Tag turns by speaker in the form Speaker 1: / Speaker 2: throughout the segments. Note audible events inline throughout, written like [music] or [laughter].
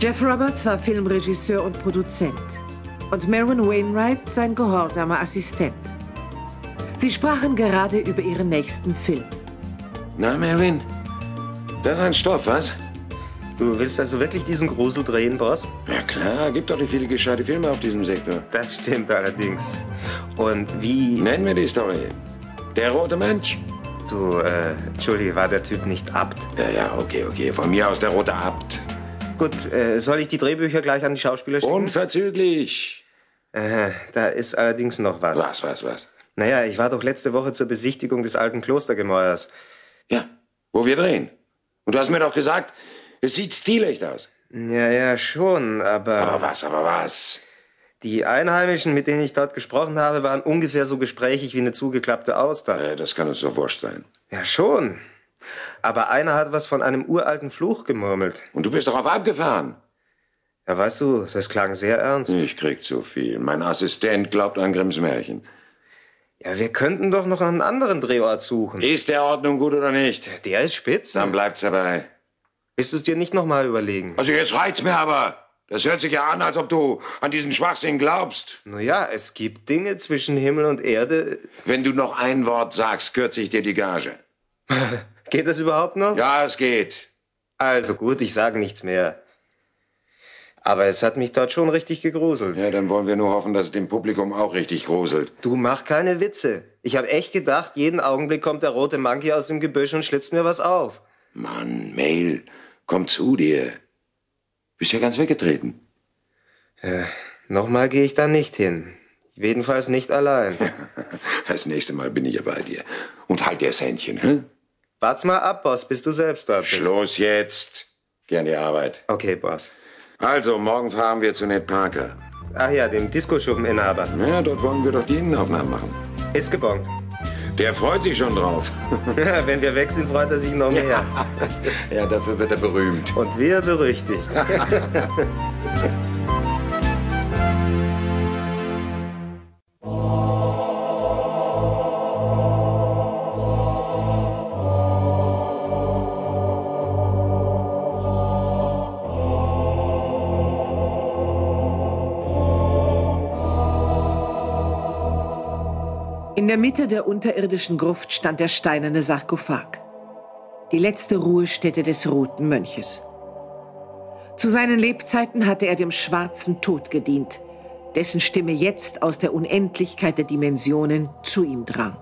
Speaker 1: Jeff Roberts war Filmregisseur und Produzent und Merwin Wainwright sein gehorsamer Assistent. Sie sprachen gerade über ihren nächsten Film.
Speaker 2: Na, Merwin, das ist ein Stoff, was?
Speaker 3: Du willst also wirklich diesen Grusel drehen, Boss?
Speaker 2: Ja klar, gibt doch nicht viele gescheite Filme auf diesem Sektor.
Speaker 3: Das stimmt allerdings. Und wie...
Speaker 2: Nennen wir die Story. Der rote Mensch.
Speaker 3: Du, äh, Entschuldige, war der Typ nicht Abt?
Speaker 2: Ja, ja, okay, okay. Von mir aus der rote Abt.
Speaker 3: Gut, äh, soll ich die Drehbücher gleich an die Schauspieler schicken?
Speaker 2: Unverzüglich.
Speaker 3: Äh, da ist allerdings noch was.
Speaker 2: Was, was, was?
Speaker 3: Naja, ich war doch letzte Woche zur Besichtigung des alten Klostergemäuers.
Speaker 2: Ja, wo wir drehen. Und du hast mir doch gesagt, es sieht stilecht aus.
Speaker 3: Ja, ja, schon, aber...
Speaker 2: Aber was, aber was?
Speaker 3: Die Einheimischen, mit denen ich dort gesprochen habe, waren ungefähr so gesprächig wie eine zugeklappte Auster.
Speaker 2: Äh, das kann uns doch wurscht sein.
Speaker 3: Ja, schon. Aber einer hat was von einem uralten Fluch gemurmelt.
Speaker 2: Und du bist darauf abgefahren.
Speaker 3: Ja, weißt du, das klang sehr ernst.
Speaker 2: Ich krieg zu viel. Mein Assistent glaubt an Grimms Märchen.
Speaker 3: Ja, wir könnten doch noch einen anderen Drehort suchen.
Speaker 2: Ist der Ordnung gut oder nicht?
Speaker 3: Der ist spitz.
Speaker 2: Dann bleibt's dabei.
Speaker 3: Willst du es dir nicht nochmal überlegen?
Speaker 2: Also jetzt reizt mir aber. Das hört sich ja an, als ob du an diesen Schwachsinn glaubst.
Speaker 3: Naja, es gibt Dinge zwischen Himmel und Erde.
Speaker 2: Wenn du noch ein Wort sagst, kürze ich dir die Gage.
Speaker 3: Geht das überhaupt noch?
Speaker 2: Ja, es geht.
Speaker 3: Also gut, ich sage nichts mehr. Aber es hat mich dort schon richtig gegruselt.
Speaker 2: Ja, dann wollen wir nur hoffen, dass es dem Publikum auch richtig gruselt.
Speaker 3: Du mach keine Witze. Ich habe echt gedacht, jeden Augenblick kommt der rote Monkey aus dem Gebüsch und schlitzt mir was auf.
Speaker 2: Mann, Mail, komm zu dir. Bist ja ganz weggetreten.
Speaker 3: Äh, Nochmal gehe ich da nicht hin. Jedenfalls nicht allein.
Speaker 2: Das nächste Mal bin ich ja bei dir. Und halt dir das Händchen, hä?
Speaker 3: Wart's mal ab, Boss, bis du selbst da bist.
Speaker 2: Schluss jetzt. Gern die Arbeit.
Speaker 3: Okay, Boss.
Speaker 2: Also, morgen fahren wir zu Ned Parker.
Speaker 3: Ach ja, dem Diskoschuppeninhaber.
Speaker 2: Ja, dort wollen wir doch die Innenaufnahmen machen.
Speaker 3: Ist gebongt.
Speaker 2: Der freut sich schon drauf.
Speaker 3: [laughs] Wenn wir weg sind, freut er sich noch mehr.
Speaker 2: ja, dafür wird er berühmt.
Speaker 3: Und wir berüchtigt.
Speaker 1: In der Mitte der unterirdischen Gruft stand der steinerne Sarkophag. Die letzte Ruhestätte des roten Mönches. Zu seinen Lebzeiten hatte er dem schwarzen Tod gedient, dessen Stimme jetzt aus der Unendlichkeit der Dimensionen zu ihm drang.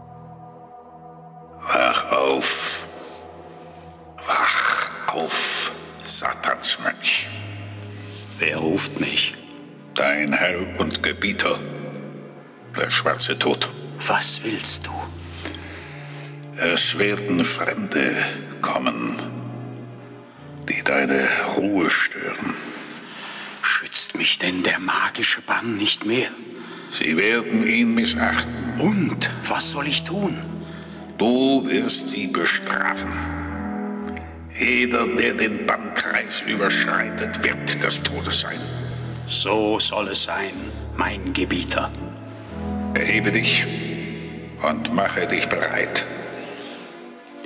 Speaker 4: Wach auf. Wach auf, Satansmensch.
Speaker 5: Wer ruft mich?
Speaker 4: Dein Herr und Gebieter, der schwarze Tod.
Speaker 5: Was willst du?
Speaker 4: Es werden Fremde kommen, die deine Ruhe stören.
Speaker 5: Schützt mich denn der magische Bann nicht mehr?
Speaker 4: Sie werden ihn missachten.
Speaker 5: Und was soll ich tun?
Speaker 4: Du wirst sie bestrafen. Jeder, der den Bannkreis überschreitet, wird des Todes sein.
Speaker 5: So soll es sein, mein Gebieter.
Speaker 4: Erhebe dich und mache dich bereit.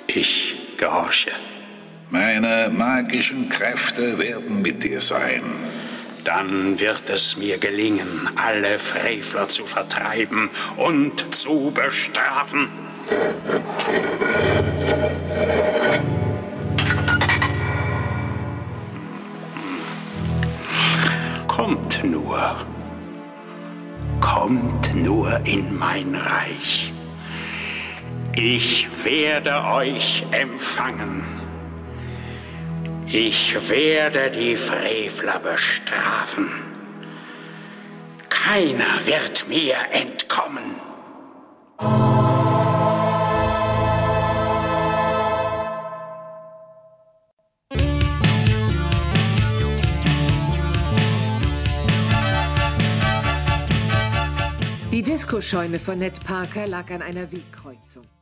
Speaker 5: Ich gehorche.
Speaker 4: Meine magischen Kräfte werden mit dir sein.
Speaker 5: Dann wird es mir gelingen, alle Frevler zu vertreiben und zu bestrafen. Kommt nur. Kommt nur in mein Reich. Ich werde euch empfangen. Ich werde die Frevler bestrafen. Keiner wird mir entkommen.
Speaker 1: Die Diskoscheune von Ned Parker lag an einer Wegkreuzung.